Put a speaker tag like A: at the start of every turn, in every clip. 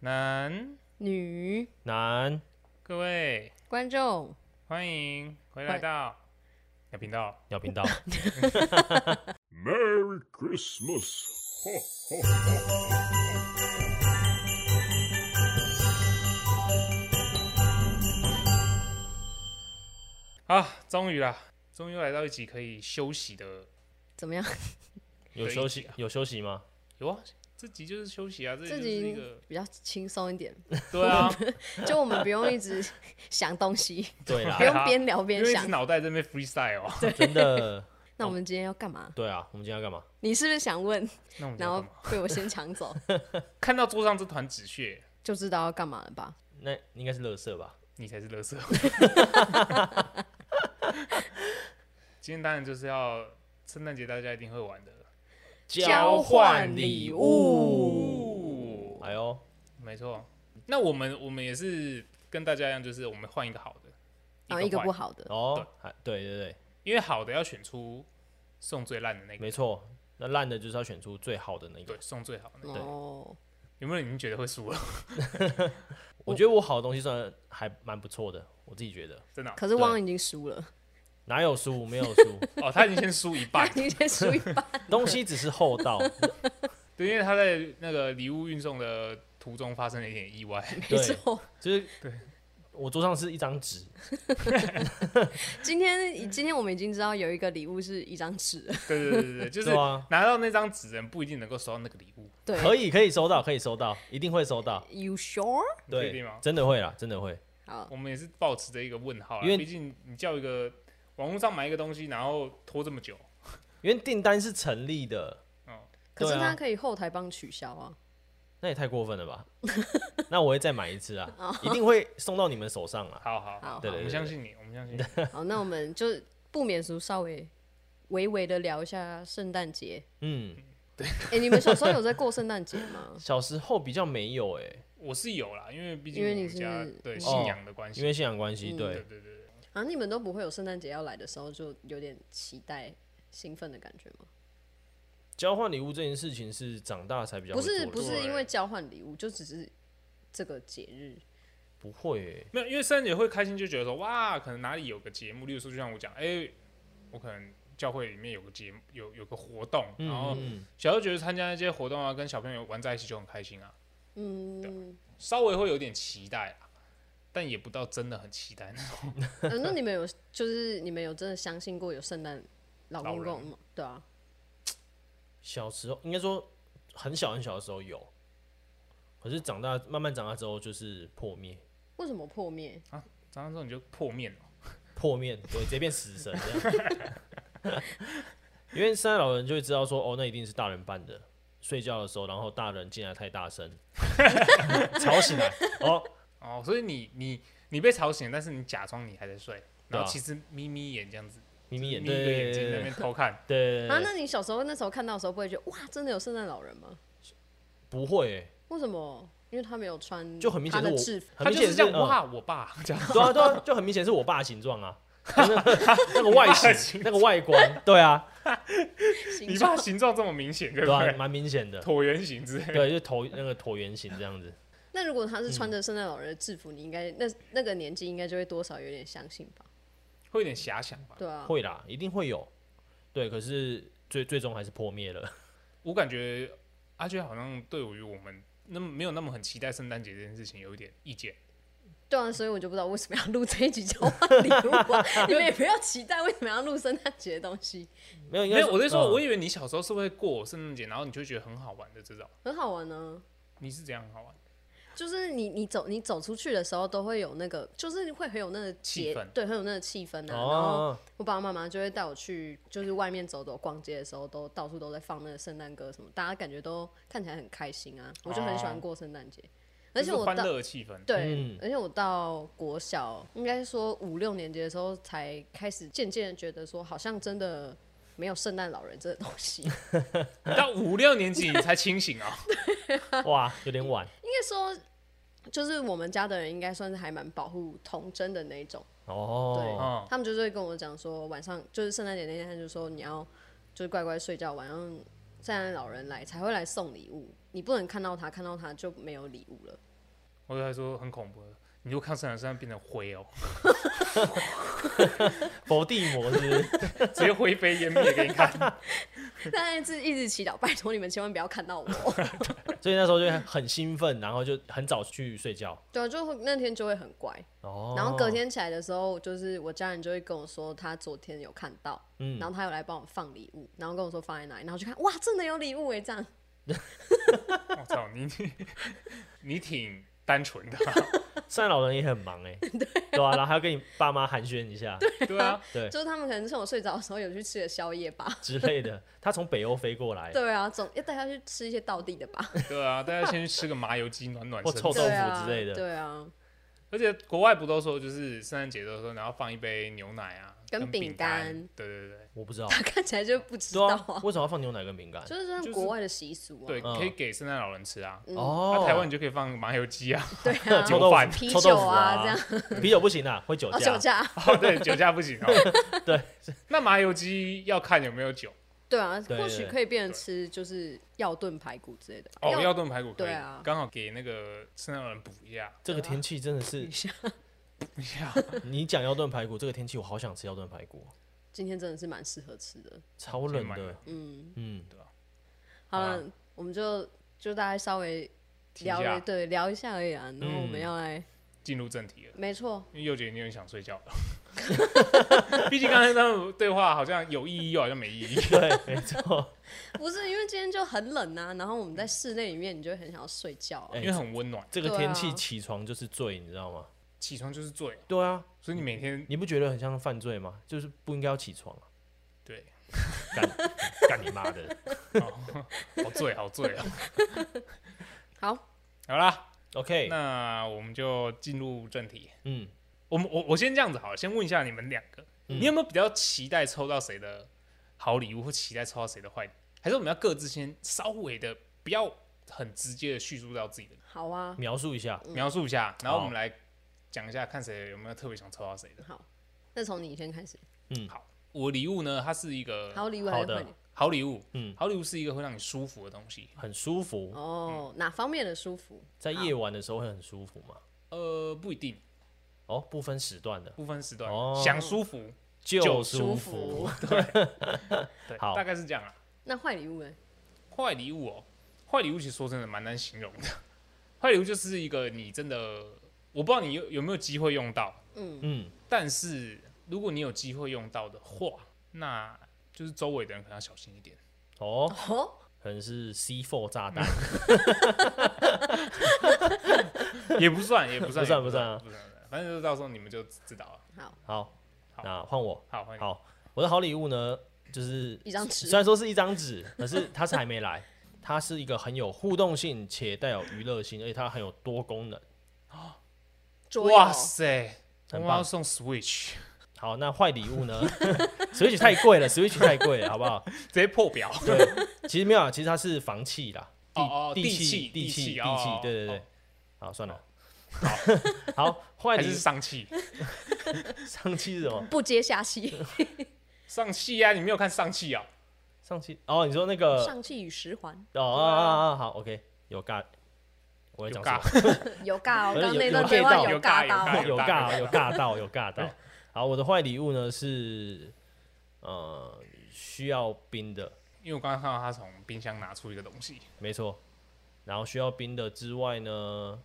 A: 男，
B: 女
C: 男
A: 各位
B: 观众，
A: 欢迎回来
B: 欢
A: 到鸟频道。
C: 鸟频道，
D: Merry Christmas! Ho, ho, ho.
A: 啊，终于啦，终于又来到一集可以休息的。
B: 怎么样？
C: 有休
A: 啊
C: 息有休 息吗？
A: 有啊，这集就是休息啊，这集
B: 这
A: 就是
B: 集
A: 一 个
B: 比较轻松一点，
A: 对啊，
B: 就我们不用一直想东西，
C: 对啦
B: 不，用边聊
A: 因
B: 边
A: 为一
B: 想
A: 直。脑袋在那边 freestyle 哦。
C: 真的，
B: 那我们今天要干嘛？
C: 对啊，我们今天要干嘛？
B: 你是不是想问，
A: 那我们
B: 然
A: 要
B: 后
A: 干嘛
B: 被我先抢走，
A: 哦看到桌上这团纸屑，
B: 就知道要干嘛了吧？
C: 那应该是乐色吧？
A: 你才是垃 圾。今天当然就是要圣诞节，大家一定会玩的。
B: 交换礼物
A: 哦，
C: 哎呦，
A: 没错。那我们我们也是跟大家一样，就是我们换一个好的，
B: 然后一个
A: 坏
B: 不好的，
C: 哦，还对对对，
A: 因为好的要选出送最烂的那个，
C: 没错，那烂的就是要选出最好的那
A: 对
C: 个，。
A: 送最好的那个。
C: 对
B: 哦，
A: 有没有人觉得会输了？
C: 我觉得我好的东西算还蛮不错的，我自己觉得。
A: 真的哦、
B: 可是汪已经输了，，
C: 哪有输？没 有输，
A: 哦，他已经先输一半
B: 你先输一半。
C: 东西只是厚 道。
A: 对，因为他在那个礼物运送的途中发生了一点意外。
B: 没
C: 对
B: 错，
C: 就是
A: 对
C: 我桌上是一张纸，
B: 今天今天我们已经知道有一个礼物是一张纸了，
A: 对对对 对对，就是
C: 对啊
A: 拿到那张纸的人不一定能够收到那个礼物。
B: 对
C: 可以可以收到，可以收到，一定会收到。
B: ，You sure？
A: 你确定
C: 对
A: 吗，
C: 真的会啦，真的会。
B: 好，
A: 我们也是保持着一个问号啦，啊
C: 因为
A: 毕竟你叫一个网络上买一个东西，然后拖这么久，
C: 因为订单是成立的，
B: 可是
C: 对啊
B: 他可以后台帮取消啊。
C: 那也太过分 了吧？那我会再买一次啊，一定会送到你们手上啊。
A: 好好
B: 哦好
C: 对
A: 我
C: 对
A: 们
C: 对
A: 相
C: 对，
A: 信你，我们相信 你。
B: 好，那我们就不免俗，稍微微微的聊一下圣诞节。
C: 嗯，？
B: 哎、你们小时候有在过圣诞节吗
C: 小时候比较没有哎、
A: 我是有啦，因为毕竟
B: 因为
A: 我
B: 你
A: 们家
B: 是嗯
A: 对
B: 哦
A: 信仰的关系，
C: 因为信仰关系，
A: 对
C: 对，
A: 对对对，
B: 啊，你们都不会有圣诞节要来的时候就有点期待、兴奋的感觉吗？
C: 交换礼物这件事情是长大才比较
B: 不
C: 会做
B: 是，
C: 的
B: 不
A: 对
B: 是因为交换礼物，就只是这个节日。
C: 不会欸、
A: 没有，因为圣诞节会开心，就觉得说哇，可能哪里有个节目，例如说就像我讲，哎、我可能教会里面有个节目，有有个活动，然后
C: 嗯，
A: 小时候觉得参加那些活动啊，跟小朋友玩在一起就很开心啊，
B: 嗯，
A: 稍微会有点期待啊，但也不到真的很期待那种。
B: 呃那你们有就是你们有真的相信过有圣诞老公
A: 老
B: 公
A: 人
B: 吗？对啊，
C: 小时候应该说很小很小的时候有，可是长大慢慢长大之后就是破灭，
B: 为什么破灭？
A: 长大之后你就破面了，
C: 破灭，对，直接变死神这样。因为圣诞老人就会知道说，哦，那一定是大人办的。睡觉的时候，然后大人进来太大 声，吵醒来。哦，
A: 哦，所以你你你被吵醒，但是你假装你还在睡，然
C: 对啊
A: 后其实眯眯眼这样子，
C: 眯眯
A: 眯
C: 眼，
A: 一
C: 对
A: 个眼
C: 对对
A: 睛在那
C: 对
A: 边偷看，
C: 对
B: 啊，
C: 对，
B: 那你小时候那时候看到的时候，不会觉得哇，真的有圣诞老人吗？
C: 不会欸，
B: 为什么？因为他没有穿
C: 就很明显
B: 他
C: 是
B: 的
C: 我
B: 制服，
C: 很
A: 他
C: 明
A: 就
C: 显
A: 是这样
C: 嗯
A: 哇，我爸这样，
C: 对啊，对啊，就很明显是我爸的形状啊， 那个外
A: 你爸的
C: 形，那个外观，对啊，
B: 形
A: 你
B: 状
A: 爸形状这么明显，对
C: 对
A: 不
C: 啊，
A: 对？
C: 蛮明显 的，
A: 椭圆形之类的。
C: 对，就头那个椭圆形这样子，
B: 那如果他是
C: 嗯
B: 穿着圣诞老人的制服，你应该那那个年纪应该就会多少有点相信吧？
A: 会有点遐想吧。
B: 对啊，
C: 会啦，一定会有，对，可是最最终还是破灭了，
A: 我感觉阿娟好像对于我们那么没有那么很期待圣诞节这件事情有一点意见。
B: 对啊，所以我就不知道为什么要录这一集交换礼物啊、你们也不要期待为什么要录圣诞节的东西，
C: 没有，应
A: 没
C: 该
A: 有，我是说，我
C: 嗯
A: 以为你小时候是会过圣诞节，然后你就觉得很好玩的这种。
B: 很好玩呢、
A: 你是怎样很好玩？
B: 就是你你走你走出去的时候都会有那个，就是会很有那个
A: 气
B: 节
A: 氛，
B: 对，很有那个气氛啊。然后
C: 哦，
B: 我爸爸妈妈就会带我去，就是外面走走逛街的时候，都到处都在放那个圣诞歌什么，大家感觉都看起来很开心啊。我就很喜欢过圣诞节，而
A: 哦
B: 且
A: 就是
B: 我
A: 欢
B: 到
A: 乐的气氛，
B: 对，
C: 嗯
B: 而且我到国小，应该说五六年级的时候，才开始渐渐的觉得说，好像真的没有圣诞老人这个东西。 应
A: 你到五六年级你才清醒啊、
B: 哦
C: 哇，有点晚
B: 该说，就是我们家的人应该算是还蛮保护童真的那一种， 对
C: 哦，
A: 哦。
B: 他们就是会跟我讲说，晚上就是圣诞节那天，他就说你要就是乖乖睡觉，晚上圣诞老人来才会来送礼物，你不能看到他，看到他就没有礼物了。
A: 我对他说很恐怖的，你如果看圣诞圣诞变成灰哦，
C: 伏地魔是不 是？
A: 直接灰飞烟灭给你看。
B: 但是一直祈祷，拜托你们千万不要看到我。
C: 所以那时候就很兴奋，然后就很早去睡觉。
B: 对啊，就会那天就会很乖。
C: 哦，
B: 然后隔，天起来的时候，就是我家人就会跟我说，他昨天有看到，
C: 嗯
B: 然后他有来帮我放礼物，然后跟我说放在哪里，然后就看，哇，真的有礼物哎，这样。
A: 我操，你你挺单纯的啊，
C: 圣诞老人也很忙 哎、对啊，然后还要跟你爸妈寒暄一下，
A: 对啊，
C: 对
B: 就是他们可能趁我睡着的时候有去吃了宵夜吧。
C: 之类的。 他从北欧飞过来，
B: 对啊，总要带他去吃一些道地的吧。
A: 对啊，大家先去吃个麻油鸡暖暖
C: 或
A: 身
C: 臭
A: 子。
C: 豆腐
B: 对啊
C: 之类的
B: 对啊，
A: 而且国外不都说，就是圣诞节的时候，然后放一杯牛奶啊，
B: 跟
A: 跟
B: 饼
A: 饼
B: 干
A: 对对对
C: 我不知道，
B: 他看起来就不知
C: 对
B: 道
C: 啊
B: 啊，，
C: 为什么要放牛奶跟饼干？
B: 就是像
A: 就是
B: 国外的习俗啊。
A: 对，
C: 嗯
A: 可以给圣诞老人吃啊。
B: 嗯
A: 那、
C: 哦，
A: 台湾你就可以放麻油鸡啊，
B: 对啊，
A: 酒
C: 臭豆
A: 饭
C: 腐、
B: 啤
C: 臭
B: 酒
C: 豆腐
B: 啊
C: 样啤酒不行啊，会酒
B: 哦，酒
C: 驾。
B: 驾。
A: 哦，对，酒驾不行哦。
C: 对，
A: 那麻油鸡要看有没有酒
B: 对啊，
C: 对
B: 或
C: 对
B: 许
C: 对
B: 可以变成吃就是药炖排骨之类的吧。
A: 哦，
B: 药
A: 要炖排骨可以，
B: 对啊
A: 刚好给那个圣诞老人补一 下。
C: 这个天气真的 是，
A: 一下，
C: 你讲要炖排骨，这个天气我好想吃要炖排骨，
B: 今天真的是蛮适合吃的。
C: 超冷
A: 蛮
C: 的
A: 冷。
B: 嗯，
C: 嗯，
B: 好
A: 好
B: 了，我们就就大概稍微
A: 停一
B: 聊一
A: 下，
B: 对聊一下而已啊。然后我们
C: 嗯
B: 要来，
A: 进入正题了。
B: 没错，
A: 因为佑姐，你很想睡觉 了。毕竟刚才他们对话好像有意义，又好像没意义。
C: 对，没错。
B: 不是因为今天就很冷啊， 然后我们在室内里面，你就会很想要睡觉啊、
C: 哎
A: 因为很温暖，
C: 这个
B: 对啊
C: 天气起床就是罪，你知道吗？
A: 起床就是罪，
C: 对啊，
A: 所以你每天
C: 你不觉得很像犯罪吗？就是不应该要起床啊！
A: 对，
C: 干 干你妈的
A: 哦好醉，好醉啊！
B: 好，
A: 好啦，
C: ！OK，
A: 那我们就进入正题。
C: 嗯，
A: 我们我我先这样子好了，先问一下你们两个，
C: 嗯
A: 你有没有比较期待抽到谁的好礼物，或期待抽到谁的坏礼物？还是我们要各自先稍微的，不要很直接的叙述到自己的，
B: 好啊，
C: 描述一下，
A: 描述一下，然后
C: 嗯好
A: 我们来讲一下，看谁有没有特别想抽到谁的。
B: 好，那从你先开始。
A: 我礼物呢，它是一个
B: 好礼物还
C: 好
B: 是
C: 的
B: 坏礼物？
A: 好礼物，
C: 嗯
A: 好礼物是一个会让你舒服的东西。
C: 很舒服，
B: 哦，哪方面的舒服？
C: 在夜晚的时候会很舒服嘛？
A: 呃，不一定，
C: 哦，不分时段的，
A: 不分时段，
C: 哦
A: 想舒服，
C: 就
A: 就
C: 舒
B: 服
C: 服。
A: 对，
C: 好
A: 大概是这样啊。
B: 那坏礼物呢？
A: 坏礼物哦，坏礼物其实说真的蛮难形容的。 坏礼物就是一个你真的，我不知道你有有没有机会用到，
C: 嗯，
A: 但是如果你有机会用到的话，那就是周围的人可能要小心 一点。
C: 哦，
B: 哦，
C: 可能是 C4 炸 弹，
A: 也不算，也不算，也不
C: 不算不算啊
A: 不算，不算反正就到时候你们就知道了。
B: 好，
C: 好，
A: 好哎
C: 那换我。
A: 好，欢迎。
C: 好，我的好礼物呢，就是
B: 一张
C: 虽
B: 纸。
C: 然说是一张纸，可是它是还没来。它是一个很有互动性且带有娱乐性，而且它很有多功能。
B: 桌游
A: 哇塞，我
C: 很棒
A: 们要送 Switch，
C: 好，那坏礼物呢 ？Switch 太贵了，Switch 太贵了，好不好？
A: 直接破表。
C: 对，其实没有啊，其实它是房契啦，地
A: 哦哦
C: 地
A: 地
C: 契
A: 契
C: 地
A: 地
C: 契
A: 契
C: 地
A: 哦
C: 契
A: 哦，
C: 对对对
A: 哦。
C: 好，算了。 好，好，坏
A: 还
C: 礼
A: 是上气，
C: 上契是什么？
B: 不接下气，
A: 上气啊！你没有看上气啊？
C: 上契哦，你说那个
B: 上气与十环，
C: 哦啊啊啊啊，好，OK，有尬，我在
A: 有
C: 讲什么
A: 尬？
B: 有尬哦，刚
C: 有
B: 刚那
C: 有
B: 段
C: 有
B: 对
C: get
B: 话
C: 到
A: 有
B: 尬
A: 尬
B: 到哦，
A: 有
C: 有
A: 尬
C: 尬有尬到有尬到。好，我的坏礼物呢是，呃，需要冰的，
A: 因为我刚刚看到他从冰箱拿出一个东西，
C: 没错。然后需要冰的之外呢，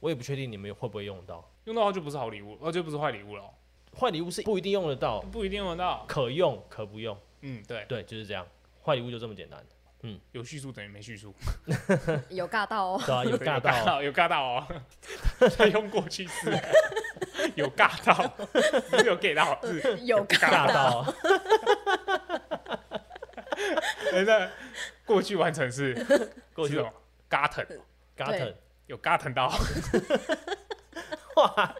C: 我也不确定你们会不会用到。
A: 用到的话就不是好礼物，哦，就不是坏礼物了哦，
C: 坏礼物是不一定用得到，
A: 不一定用得到。
C: 可用可不用，
A: 嗯，对，
C: 对，就是这样。坏礼物就这么 简单，
A: 有叙述等于没叙述，
B: 有尬到哦。
C: 对啊，有
A: 对
C: 尬到，
A: 有尬到哦， 他用过去式，有尬到，不是有 get 到，是
B: 有
A: 尬
C: 尬到，
A: 哎那过去完成式，
C: 过去
A: 是什哦么尬腾，
C: 嘎腾
B: 对，
A: 有尬腾 到，
C: 哇，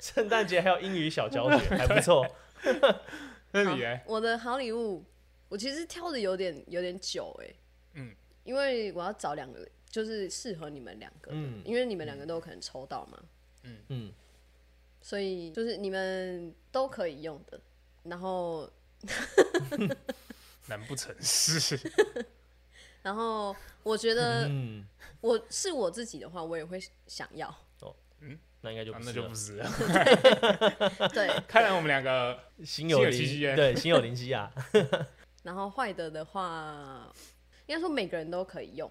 C: 圣诞节还有英语小教 学，还不错。
A: 那你哎，
B: 我的好礼物，我其实挑的有点有点久哎、
A: 嗯，
B: 因为我要找两个就是适合你们两个的，
C: 嗯
B: 因为你们两个都有可能抽到嘛，
C: 嗯，
B: 所以就是你们都可以用的。然后
A: 难不成是
B: 然后我觉得
C: 嗯，
B: 我是我自己的话，我也会想要。
C: 那应 该就
A: 啊
C: 不
A: 那
C: 是
A: 就
C: 了
A: 不。是了。
B: 对，
A: 看来我们两个
C: 心
A: 心
C: 有
A: 有
C: 灵
A: 戚戚
C: 犀，
A: 焉
C: 对，心有灵犀啊。
B: 然后坏的的话，应该说每个人都可以用，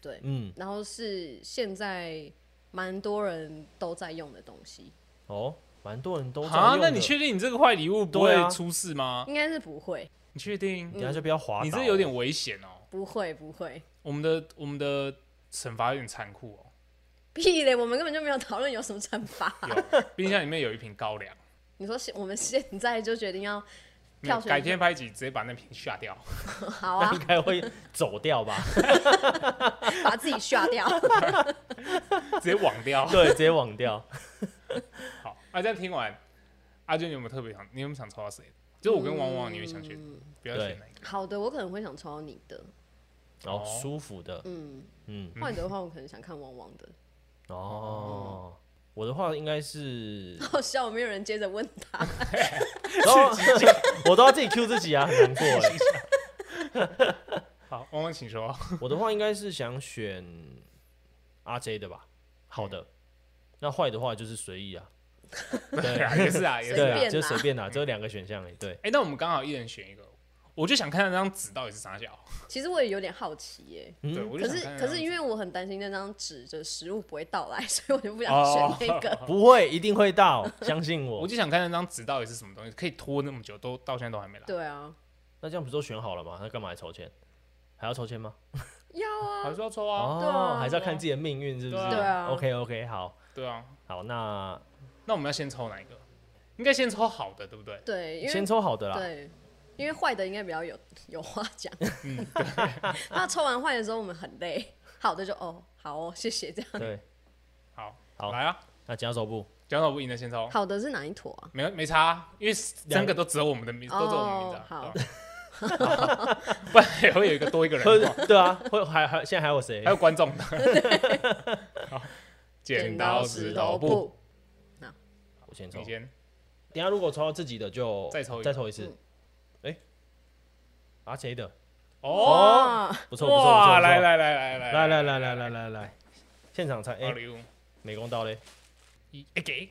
B: 对，
C: 嗯，
B: 然后是现在蛮多人都在用的东西，
C: 哦，蛮多人都在
A: 啊
C: 用，
A: 那
C: 的
A: 你确定你这个坏礼物不
C: 对啊
A: 会出事吗？
B: 应该是不会，
A: 你确定
C: 等？一下就不要滑倒。哦
A: 你这有点危险哦。
B: 不会，不会，
A: 我们的我们的惩罚有点残酷哦。
B: 屁嘞，我们根本就没有讨论有什么惩罚。
A: 有冰箱里面有一瓶高粱，
B: 你说现我们现在就决定要
A: 没有
B: 跳水
A: 改天拍集直接把那瓶下掉。
B: 好
C: 那
B: 啊
C: 应，该会走掉吧？
B: 把自己刷掉。
A: 直接网掉。
C: 对，直接网掉。
A: 好，啊，这样听完，阿娟，你有没有特别想？你有没有想抽到谁？就是我跟汪汪，你会想选，
B: 嗯
A: 不要选哪一个？
B: 好的，我可能会想抽到你的，
C: 然后
A: 哦
C: 舒服的，
B: 嗯，
C: 嗯，
B: 坏的话我可能想看汪汪的。
C: 哦，我的话应该是，
B: 好笑，没有人接着问 他。
C: 然后我都要自己 Q 自己啊，很难过哎。
A: 好，汪汪，请说。
C: 我的话应该是想选 RJ 的吧，好的。那坏的话就是随意啊，
A: 对啊，也是啊，也是
C: 对
A: 啊。
B: 便
C: 啊，
B: 啦
C: 就随便啦，只有两个选项哎，对，
A: 哎、那我们刚好一人选一个，我就想看那张纸到底是啥小。
B: 其实我也有点好奇耶、
A: 对，我就
B: 可
A: 想
B: 是
A: 看那张
B: 可
A: 纸
B: 是因为我很担心那张纸的食物不会到来， 所以我就不
A: 哦
B: 想选那个。
C: 不会，一定会到，相信
A: 我
C: 我。
A: 就想看那张纸到底是什么东西，可以拖那么久，都到现在都还没来。
B: 对啊，
C: 那这样不是都选好了吗？那干嘛还抽签？还要抽签吗？
B: 要啊，
A: 还是要抽啊？
B: 对
C: 哦，
B: 啊
C: 还是要看自己的命运是不是？
A: 对
B: 啊
C: OK OK，好，
A: 对啊，
C: 好，那
A: 那我们要先抽哪一个？应该先抽好的，对不对？
B: 对，因
C: 先
B: 为
C: 抽好的啦。
B: 对，因为坏的应该比较有 有话讲。
A: 嗯
B: 那抽完坏的时候我们很累，好的就哦好哦谢谢这样。
C: 对，
A: 好，
C: 好
A: 来啊，
C: 那剪刀手部，
A: 讲到不赢的先抽。
B: 好的是哪一坨啊？
A: 没没差啊，因为三个都只有我们的名，
B: 哦
A: 都只有我们名字、啊。
B: 好
A: 对吧， 不然也会有一个多一个人
C: 或
A: 的话，
C: 者对啊，会还还现在还有谁
A: 还？有观众的。好， 剪刀石头布，，
C: 我先抽
A: 你。先
C: 等一下如果抽到自己的就
A: 再抽一个
C: 再抽一
B: 嗯
C: 次。哎，RJ 的，
A: 哦，
B: 哦，
C: 不错不错不错。不
A: 哇，
C: 错
A: 来来来来来
C: 来来来来来来来，现场猜，
A: 好
C: 哎，
A: 礼物
C: 美工刀嘞，
A: 一哎给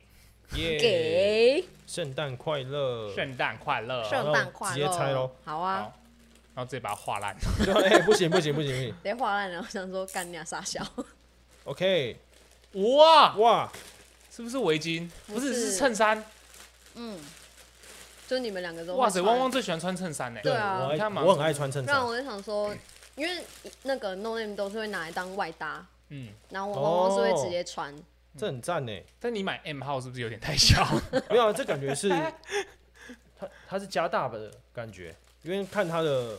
C: 耶！
B: 给
C: 圣诞快乐！
A: 圣诞快乐，
B: 圣
C: 那我
B: 诞快
C: 直接拆
B: 乐
C: 咯，
B: 好啊
A: 好。然后直接把它画烂。
C: 对哎，不行不行不行不行
B: 别画烂了，我想说干你啊傻笑，
C: ，OK，
A: 哇，
C: 哇，
A: 是不是围巾？
B: 不
A: 不是，
B: 是
A: 是衬衫。
B: 就你们两个都会
A: 哇塞，
B: 穿
A: 汪汪最喜欢穿衬衫呢。
B: 对啊
C: 我
A: 你看嘛
C: 爱我很爱穿衬
B: 让
C: 衫，
B: 我就想说，因为那个 No Name 都是会拿来当外搭，
A: 嗯，
B: 然后我
C: 哦
B: 往往是会直接穿，
C: 这很赞呢。
A: 但你买 M 号是不是有点太小？
C: 没有啊，这感 觉是它它是加大的感觉，因为看它的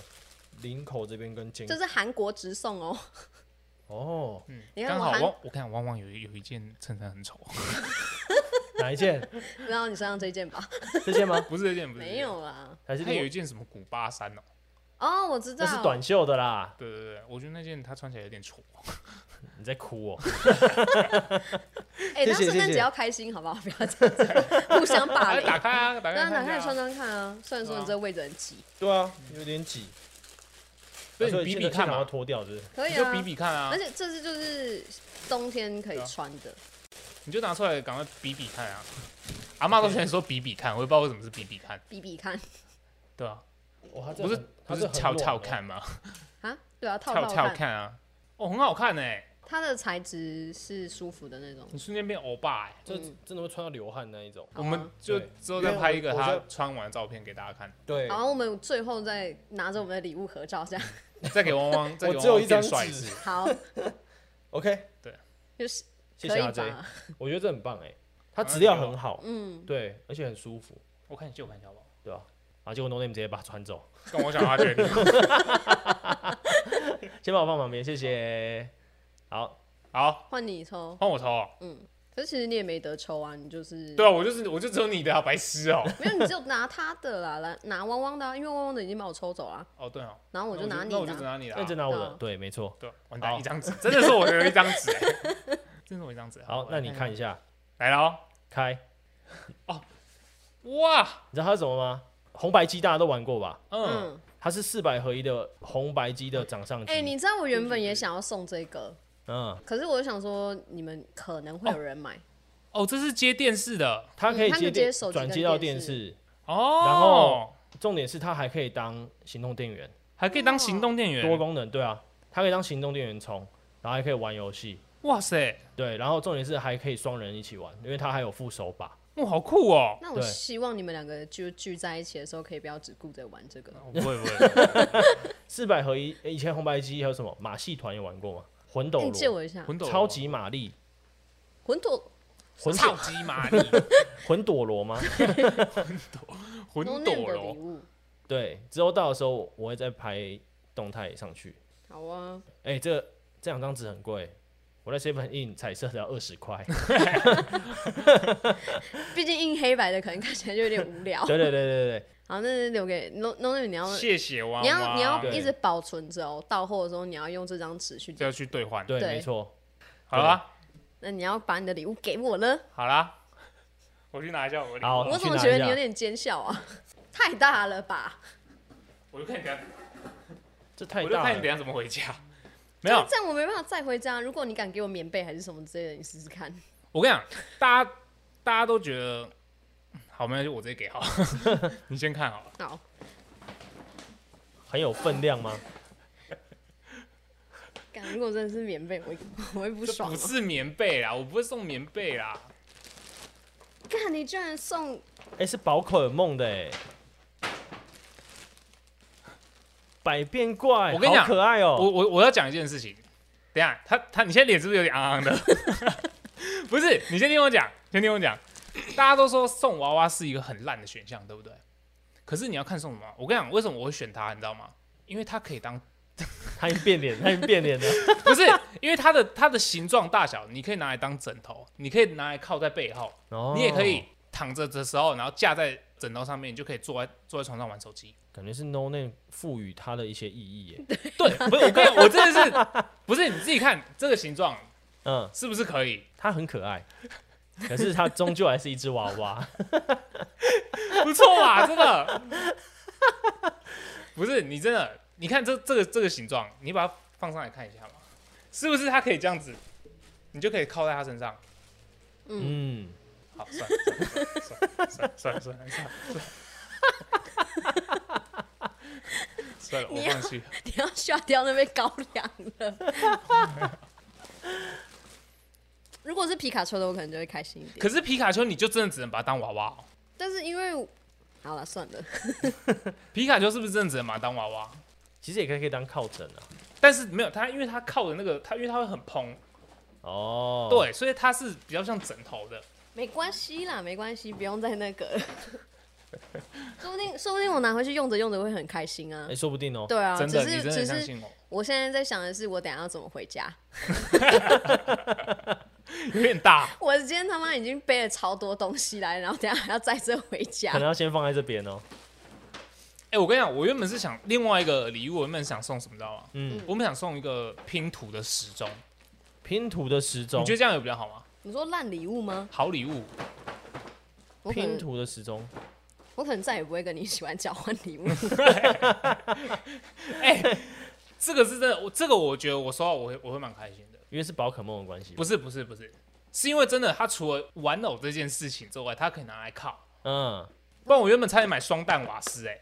C: 领口这边跟肩
B: 这是韩国直送哦。
C: 哦，
B: 你看
A: 嗯刚
B: 我
A: 好
B: 韩，
A: 汪，我看汪汪有一有一件衬衫很丑，
C: 哪一件？
B: 不知道你身上这件吧？
C: 这件吗？
A: 不是这件，不是这件
B: 没，有啦。
C: 还是
A: 他有
C: 另
A: 一
C: 外
A: 件什么古巴衫哦、
B: 哦，我知道，
C: 那是短袖的啦？
A: 对对对，我觉得那件他穿起来有点丑。
C: 你在哭哦？
B: 哎，
C: 谢
B: 那
C: 谢
B: 圣诞
C: 谢
B: 节
C: 谢
B: 要开心好不好？不要这样子互相霸
A: 哎，
B: 凌。
A: 打开啊，打开
B: 对
A: 看一
B: 啊，
A: 下啊，
B: 打开穿穿看啊。虽然说你这位置很挤，
C: 对啊，有点挤，
A: 所以
C: 啊
A: 你比
C: 现
A: 比
C: 在现
A: 看
C: 场要
A: 嘛，
C: 脱掉是不是？
B: 可
A: 你
B: 以
A: 就
B: 啊
A: 比。比看啊
B: 而，且这是就是冬天可以穿的，
A: 你就拿出来赶快比比看啊。阿妈都喜欢说比比看，我也不知道为什么是比比看，
B: 比比看
A: 对啊，
C: 哇，它这
A: 不是
C: 很
A: 不
C: 它
A: 是
C: 很
A: 跳
C: 软
A: 跳
C: 哦
A: 看吗？
B: 啊。对啊，套
A: 跳
B: 套
A: 跳看啊，哦，很好看哎，
B: 它的材质是舒服的那种。
A: 你瞬间变欧巴哎。
C: 这
B: 嗯
C: 真的会穿到流汗那一种。
B: 好
A: 我
B: 啊
A: 们就
C: 对
A: 之后再拍一个
C: 因为我
A: 他
C: 我在
A: 穿完的照片给大家看，
C: 对
B: 然后我们最后再拿着我们的礼物合照， 这样
A: 再给汪 汪，再
C: 我
A: 给汪
C: 只有
A: 汪
C: 一张
A: 变帅一
C: 纸
A: 次。
B: 好，
C: ，OK，
B: 就是
C: 谢
B: 可
C: 谢
B: 以
C: 阿 J，
B: 吧？
C: 我觉得这很棒哎，它
A: 啊
C: 质量
A: 有
C: 很好，
B: 嗯，
C: 对，而且很舒服，
A: 我看一下，我看一下好不好？
C: 对吧？啊，结果 No Name 直接把它穿走，
A: 跟我想阿娟，
C: 先把我放旁边，谢谢。好，
A: 好，
B: 换你抽。
A: 换我抽哦。
B: 可是其实你也没得抽啊，你就是
A: 对啊，我就是我就只有你的啊，白痴哦。
B: 没有，你就拿他的啦，来拿汪汪的、啊，因为汪汪的已经把我抽走了啊、
A: 哦，对哦，
B: 然后我就拿你
A: 那我就只
B: 的啊、
A: 拿你的啊。
C: 那真拿我
B: 好
C: 的，对，没错。
A: 对，啊完
C: 好
A: 蛋，一张纸， 真的是我的一张纸， 欸真是我一张纸。
C: 好，那你
B: 嗯
C: 看一下，
A: 来了哦，
C: 开，
A: 哇，
C: 你知道它是什么吗？红白机大家都玩过吧？
A: 嗯，
B: 嗯，
C: 它是四百合一的红白机的掌上机。
B: 哎、你知道我原本也想要送这个，
C: 嗯，
B: 可是我就想说你们可能会有人买，
A: 哦，这是接电视的
C: 它可以
B: 嗯它可以
C: 接
B: 接
C: 电
B: 手机
C: 转
B: 跟
C: 接到
B: 电
C: 电
B: 视
C: 视，
A: 哦，
C: 然后重点是它还可以当行动电源，
A: 还可以当行动电源，
C: 多功能，对啊，它可以当行动电源充，然后还可以玩游戏，
A: 哇塞，
C: 对，然后重点是还可以双人一起玩，因为它还有副手把。
A: 哇，好酷哦！
B: 那我
C: 对
B: 希望你们两个就聚在一起的时候，可以不要只顾着玩这个。
A: 哦不会不 会，
C: 四百合一，以前红白机还有什么马戏团有玩过吗？魂斗
B: 你借
C: 罗、
B: 哎我一下，
A: 魂斗罗
C: 超级玛丽、
B: 魂斗
C: 魂
A: 超级玛 丽、
C: 魂斗罗吗？
A: 魂
B: No
A: 斗
B: Name 的礼
A: 罗，
B: 物，
C: 对，之后到的时候我会再拍动态上去。
B: 好啊，
C: 哎、这这两张纸很贵，我在 Seven In 彩色的要二 十块。
B: 毕竟印黑白的可能看起来就有点无聊。
C: 对对对对对，
B: 好，那留给 No No Name，你要
A: 谢谢哇哇，
B: 你要你要
C: 对
B: 一直保存着哦，到货的时候你要用这张纸去
A: 就。要去兑换。
C: 对，
B: 对
C: 没错。
A: 好啦
B: 那你要把你的礼物给我呢？
A: 好啦，我去拿一下我的礼物，
C: 好
B: 我
C: 去
B: 怎么
C: 拿
B: 觉
C: 一
B: 得
C: 下
B: 你有点奸笑啊？ 太大了吧？
A: 我就看你等下，
C: 这太
A: 我就
C: 大
A: 看你
C: 了
A: 等，下怎么回家。没有，
B: 这样我没办法再回家。如果你敢给我棉被还是什么之类的，你试试看。
A: 我跟你讲，大家大家都觉得好，没关系，我直接给好，你先看好了。
B: 好，
C: 很有分量吗？
B: 干如果真的是棉被，我会 我会不
A: 这
B: 爽、
A: 不
B: 哦。
A: 是棉被啦，我不会送棉被啦。
B: 干，你居然送
C: 哎、是宝可梦的哎、百变怪，
A: 我跟你讲
C: 好可爱哦、
A: 我我我要讲一件事情，等一下他他，你现在脸是不是有点昂昂的？不是，你先听我讲，先听我讲。大家都说送娃娃是一个很烂的选项，对不对？可是你要看送什么。我跟你讲，为什么我会选它，你知道吗？因为它可以当，
C: 它已经变脸，它已经变 脸了。
A: 不是因为它的它的形状大小，你可以拿来当枕头，你可以拿来靠在背后，
C: 哦
A: 你也可以躺着的时候，然后架在枕头上面，你就可以坐在坐在床上玩手机。
C: 感觉是 No Name 赋予它的一些意义耶。
A: 对，不是我跟你讲， 我真的是不是你自己看这个形状
C: 嗯，
A: 是不是可 以？
C: 它很可爱，可是它终究还是一只娃 娃。
A: 不错嘛，真的。 不是你真的，你看这这个这个形状，你把它放上来看一下嘛，是不是它可以这样子，你就可以靠在它身上。
C: 嗯，
A: 好，算了算了算了算了算了算了算了算了，算了，我放弃。
B: 你要刷掉那杯高粱了。如果是皮卡丘的，我可能就会开心一点。
A: 可是皮卡丘，你就真的只能把它当娃娃、哦。
B: 但是因为好了，算了，
A: 皮卡丘是不是真的只能把它当娃娃？
C: 其实也可以可以当靠枕啊。
A: 但是没有它，因为它靠的那个，它因为它会很蓬，
C: 哦，，
A: 对，所以它是比较像枕头的。
B: 没关系啦，没关系，不用再那个。说不定，说不定我拿回去用着用着会很开心啊
C: 哎、。说不定哦、
B: 对啊，
A: 真
B: 只
A: 的，你真
B: 是
A: 的
B: 只
A: 很相
B: 是
A: 信我，
B: 我现在在想的是，我等一下要怎么回家。
A: 有点大。
B: 我今天他妈已经背了超多东西来，然后等一下还要载这回
C: 可
A: 啊
B: 家
C: 能。要先放在这边哦、
A: 哎、我跟你讲，我原本是想另外一个礼物，我原本想送什么，知道吗？
C: 嗯
A: 我们想送一个拼图的时钟，
C: 拼图的时钟
A: 你觉，得这样有比较好吗？
B: 你说烂礼物吗？
A: 好礼物，
B: 我可
C: 拼
B: 能
C: 图的时钟，
B: 我可能再也不会跟你喜欢交换礼物。
A: 哎这个是真的，我这个我觉得我收到我会我会蛮开心的。
C: 因为是宝可梦的关系。
A: 不是不是不是，是因为真的，它除了玩偶这件事情之外，它可以拿来靠。
C: 嗯，
A: 不然我原本差点买双蛋瓦斯、哎，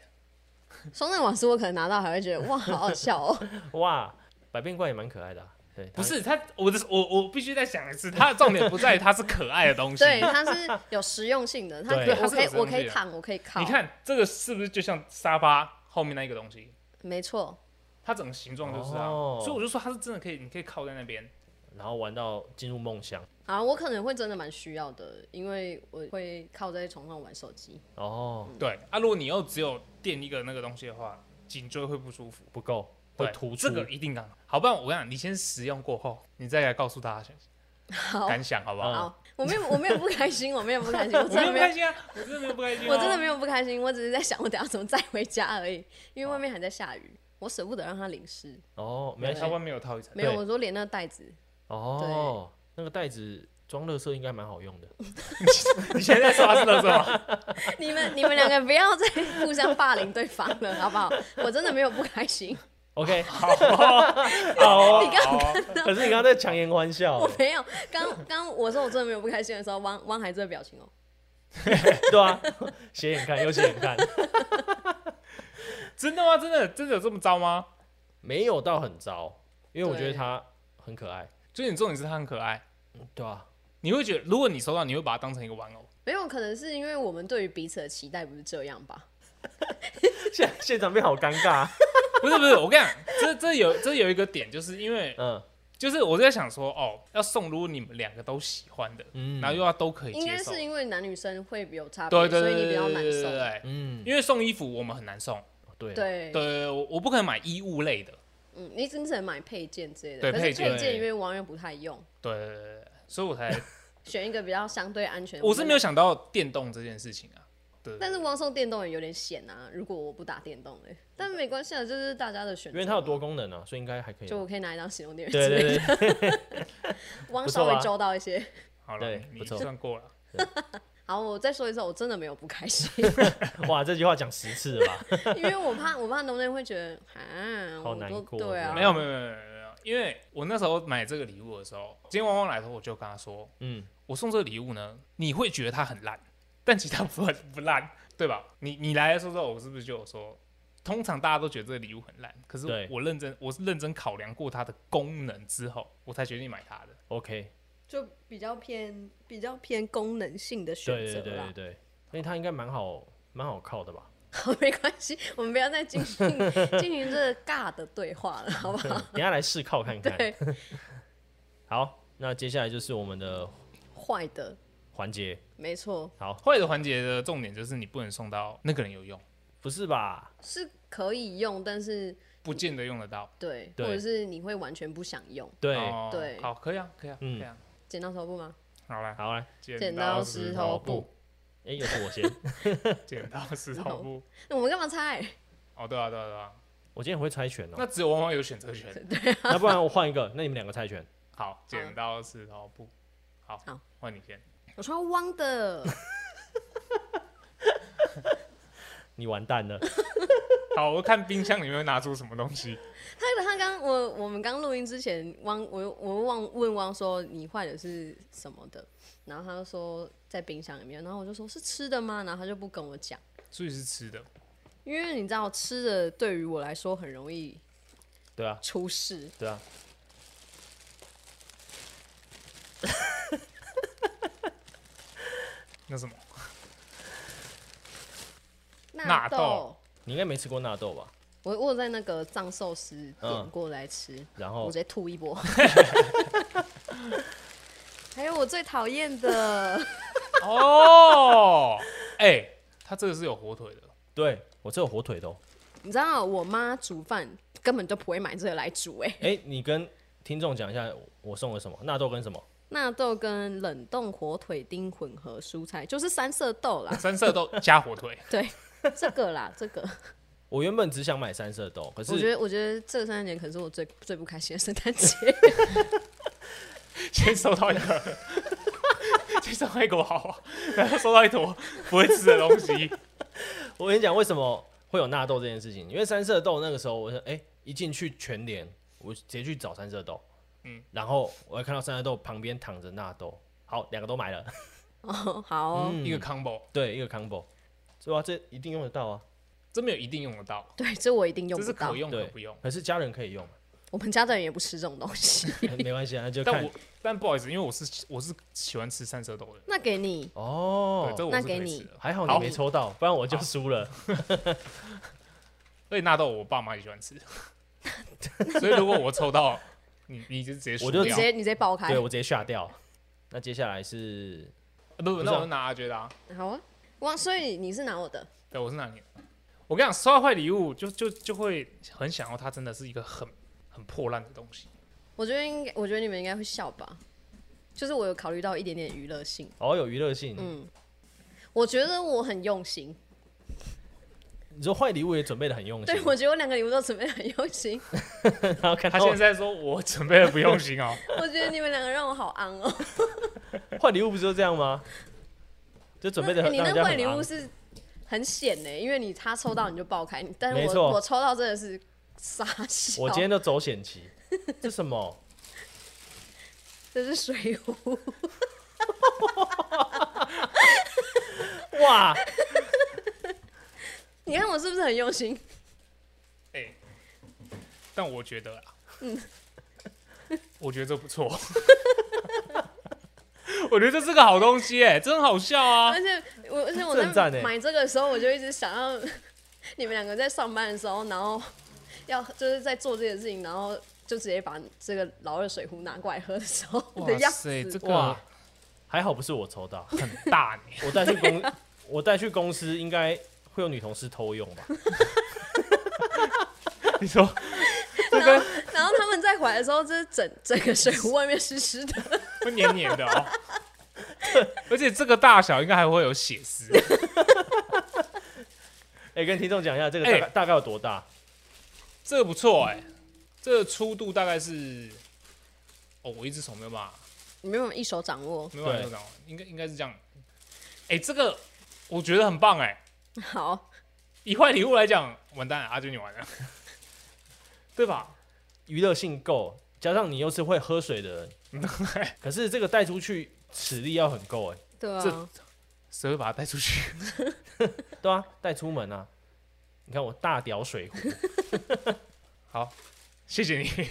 B: 双蛋瓦斯我可能拿到还会觉得哇，好好笑 哦。
C: 哇，百变怪也蛮可爱的啊、对，
A: 不
C: 它
A: 是它，我的我我必须再想一次，它的重点不在于它是可爱的东西。
B: 对，它是有实用性的，它可以
C: 对
B: 我
A: 它是
B: 可
A: 有
B: 以
A: 实用性的
B: 我可以躺，我可以靠。
A: 你，看这个是不是就像沙发后面那一个东西？
B: 没错，
A: 它整个形状就是啊，
C: 哦
A: 所以我就说它是真的可以，你可以靠在那边。
C: 然后玩到进入梦乡。
B: 啊，我可能会真的蛮需要的，因为我会靠在床上玩手机。
C: 哦，
B: 嗯
A: 对啊，如果你又只有垫一个那个东西的话，颈椎会不舒服，
C: 不够，会
A: 对，
C: 突出。
A: 这个一定刚好。好，不然我跟你讲，你先使用过后，你再来告诉大家
B: 好，
A: 感想，好不
C: 嗯
A: 好？
B: 好，我没有我没有不开心，我没有不开心，我
A: 嗯我没
B: 真
A: 有
B: 的
A: 不
B: 没有
A: 开心啊，我真的没有不开心、
B: 我真的没有不开心，我只是在想我等下怎么再回家而已，因为外面还在下雨，我舍不得让它淋湿。
C: 哦，没
A: 有，
C: 关系
A: 台。湾没有套一层
B: 没有，
C: 对
B: 我说连那个袋子，
C: 哦，那个袋子装乐色应该蛮好 用的。
A: 你现在刷是乐色吗？
B: 你们你们两个不要再互相霸凌对方了，好不好？我真的没有不开心，
C: OK，
A: 哦
B: 你刚刚
A: 哦
C: 可是你刚刚在强颜欢 笑
B: 我
C: 欸，
B: 没有。刚刚我说我真的没有不开心的时候，汪汪还这个表情哦、
C: 对啊，斜眼看，又斜眼看，
A: 真的吗？真的真的有这么糟吗？
C: 没有到很糟，因为我觉得
B: 对
C: 他很可爱，
A: 就是你重点是它很可爱，
C: 对啊，
A: 你会觉得如果你收到，你会把它当成一个玩偶。
B: 没有，可能是因为我们对于彼此的期待不是这样吧？
C: 现现场变好尴 尬，
A: 不是不是，我跟你讲，这这有这有一个点，就是因为
C: 嗯
A: 就是我在想说，哦，要送如果你们两个都喜欢的，
C: 嗯，
A: 然后又要都可以
B: 应
A: 接
B: 该
A: 受，
B: 是因为男女生会有差别，
A: 对对
B: 所
A: 对
B: 以你比
A: 对
B: 较难
A: 对对
B: 受。
A: 对，
C: 嗯，
A: 因为送衣服我们很难送，
C: 对对
B: 对
A: 对，对，我我不可能买衣物类的，
B: 嗯，你只能买配件之类的，
A: 对
B: 可是
A: 配件
B: 配件因为网友不太用，
A: 对对对对，所以 我才
B: 选一个比较相对安全的。
A: 我是没有，想到电动这件事情啊，对，
B: 但是光送电动也有点险啊。如果我不打电动的，但没关系啊，就是大家的选择嘛。
C: 因为它有多功能啊，所以应该还可以。
B: 就我可以拿一张行动电源
C: 对
B: 之类的，
C: 对对，
B: 汪
A: 啊
C: 不
B: 稍
C: 错
B: 微
C: 吧
B: 周到一些。
A: 好了
C: 对，
A: 你
C: 不错
A: 算过了，
B: 好，我再说一次，我真的没有不开心，
C: 哇，这句话讲十次了吧？
B: 因为我怕我怕农人会觉得啊，
C: 好
B: 我
C: 难
B: 都
C: 过
B: 对啊，
C: 对
A: 没有没有没有没有没有，因为我那时候买这个礼物的时候，今天汪汪来的时候，我就跟他说，
C: 嗯，
A: 我送这个礼物呢，你会觉得它很烂， 但其实它不不烂，对吧？你你来的时候，我是不是就有说，通常大家都觉得这个礼物很烂，可是
C: 对
A: 我认真，我是认真考量过它的功能之后，我才决定买它的。
C: OK，
B: 就比较偏比较偏功能性的选
C: 对
B: 择
C: 对对
B: 啦
C: 对。对，所以它应该蛮好蛮好靠的吧？
B: 好，没关系，我们不要再进行进行这尬的对话了，好不好？
C: 等一下来试靠看看。
B: 对，
C: 好，那接下来就是我们的
B: 坏的，
C: 环节。
B: 没错，
C: 好，
A: 坏的环节的重点就是你不能送到那个人有用，
C: 不是吧？
B: 是可以用，但是
A: 不见得用得到。
B: 对，
C: 对
B: 或者是你会完全不想用，
C: 对，
A: 哦
B: 对
A: 好，可以啊，可以啊，
C: 嗯
A: 可以啊。
B: 剪刀头布吗？
A: 好了，
C: 好来，
B: 剪刀石头布，，
C: 哎，又是我先。
A: 剪刀石头 布。
B: 那我们干嘛猜？
A: 哦，对啊，对啊，对啊，
C: 我今天很会猜拳哦
A: 那，只有汪汪有选择 权。
C: 那不然我换一个，那你们两个猜拳。
A: 好，剪刀石头布，好
B: 好，
A: 换你先。
B: 我说汪的，
C: 你完蛋了，
A: 好，我看冰箱里面会拿出什么东西。
B: 他他刚我我们刚录音之前，汪我我忘问汪说你坏的是什么的，然后他就说在冰箱里面，然后我就说是吃的吗？然后他就不跟我讲，
A: 所以是吃的，
B: 因为你知道吃的对于我来说很容易
C: 对啊，
B: 出事，
C: 对啊。
A: 那 什么？
B: 纳
A: 纳豆
C: 你应该没吃过纳豆吧？
B: 我我有在那个藏寿司点
C: 嗯
B: 过来吃，
C: 然
B: 我
A: 嗯
C: 后
B: 直接吐一 波。还有我最讨厌的，
A: 哦，哎，它这个是有火腿的，，
C: 对我这有火腿的哦。
B: 你知道我妈煮饭根本就不会买这个来煮、哎，
C: 哎，你跟听众讲一下，我送了什么？纳豆跟什么？
B: 纳豆跟冷冻火腿丁混合蔬菜，就是三色豆啦
A: 三色豆加火 腿，
B: 对，这个啦，这个，
C: 我原本只想买三色豆，可
B: 我觉
C: 是
B: 得我觉得这个圣诞节可能是我最最不开心的圣诞节，
A: 先收到一个，先收到一个娃娃，然后收到一坨不会吃的东西，
C: 我跟你讲为什么会有纳豆这件事情，因为三色豆那个时候我说，哎，一进去全联，我直接去找三色豆，嗯，然后我还看到三色豆旁边躺着纳豆，好，两个都买了，
B: 哦，好哦
A: 一个 combo，
C: 对，一个 combo，对啊，这一定用得到啊，
A: 这没有一定用得到，
B: 对，这我一定用
A: 这
B: 不
A: 是
B: 到
A: 可，用可
C: 对
A: 不用，。
C: 可是家人可 以用，
B: 我们家的人也不吃这种东西，
C: 没关系啊，那就
A: 但
C: 看
A: 我但不好意思，因为我是我是喜欢吃三色豆的人，
B: 那给你，
A: 对，这
C: 哦，
A: 我
B: 那
A: 是可
B: 给
A: 以
B: 你
A: 吃的。
C: 还好
A: 好
C: 你没抽到，不然我就输了。
A: 而且纳豆我爸妈也喜欢吃， 所以如果我抽到，你你就直接输
C: 我就
B: 你
A: 掉
B: 直接你直接爆开
C: 对，我直接下掉。那接下来是
A: 啊不不，
C: 不是
A: 那
C: 啊
A: 我就拿阿觉得啊。
B: 好啊，哇，所以你是拿我的，
A: 对，我是拿你的。我跟你讲，收到坏礼物就就就会很想要它，真的是一个很很破烂的东西。
B: 我觉得应该，我觉得你们应该会笑吧。就是我有考虑到一点点娱乐性，
C: 哦，有娱乐性。
B: 嗯我觉得我很用心，
C: 你说坏礼物也准备的很用心
B: 对，我觉得我两个礼物都准备得很用心，
C: 然后看
A: 他
C: 他
A: 现在说我准备的不用心哦，
B: 我觉得你们两个让我好昂哦，
C: 换礼物不是就这样吗？就准备的
B: 那哎
C: 很，
B: 你
C: 让人家
B: 那
C: 很
B: 换礼物
C: 昂
B: 是很险呢、因为你他抽到你就爆开，但
C: 没
B: 是
C: 错
B: 我我抽到真的是傻笑。
C: 我今天都走险棋，这什么？
B: 这是水壶，
C: 哇，
B: 你看我是不是很用心？
A: 哎、但我觉得啊，
C: 嗯
A: 我觉得这不错， 我觉得这是个好东西、哎，真好笑啊
B: 而！且我而且我
C: 这很赞欸
B: 在买这个的时候，我就一直想要你们两个在上班的时候，然后要就是在做这件事情，然后就直接把这个老二水壶拿过来喝的时候的
A: 哇
B: 样
A: 塞，这
B: 子。
A: 个
C: 哇还好不是我抽到，
A: 很大呢、
C: 我带去公， 我带去公司应该会有女同事偷用 吧？
A: 你说
B: 然后然后他们再回来的时候，这整整个水壶外面湿湿的，
A: 会黏黏的哦， 而且这个大小应该还会有血丝，
C: 哎、跟听众讲一下这个大
A: 哎
C: 概、大概有多大？
A: 这个不错哎、这个粗度大概是，哦，我一只手没有办法，
B: 你没有一手掌握。
A: 没有办法
C: 对
A: 这样，应该应该是这样，哎、这个我觉得很棒哎、
B: 好，
A: 以坏礼物来讲，完蛋了，阿军你 完了，对吧？
C: 娱乐性够，加上你又是会喝水的人，可是这个带出去齿力要很够哎、
B: 对啊
A: 这，谁会把它带出去？
C: 对啊，带出门啊。你看我大屌水壶，
A: 好，谢谢你，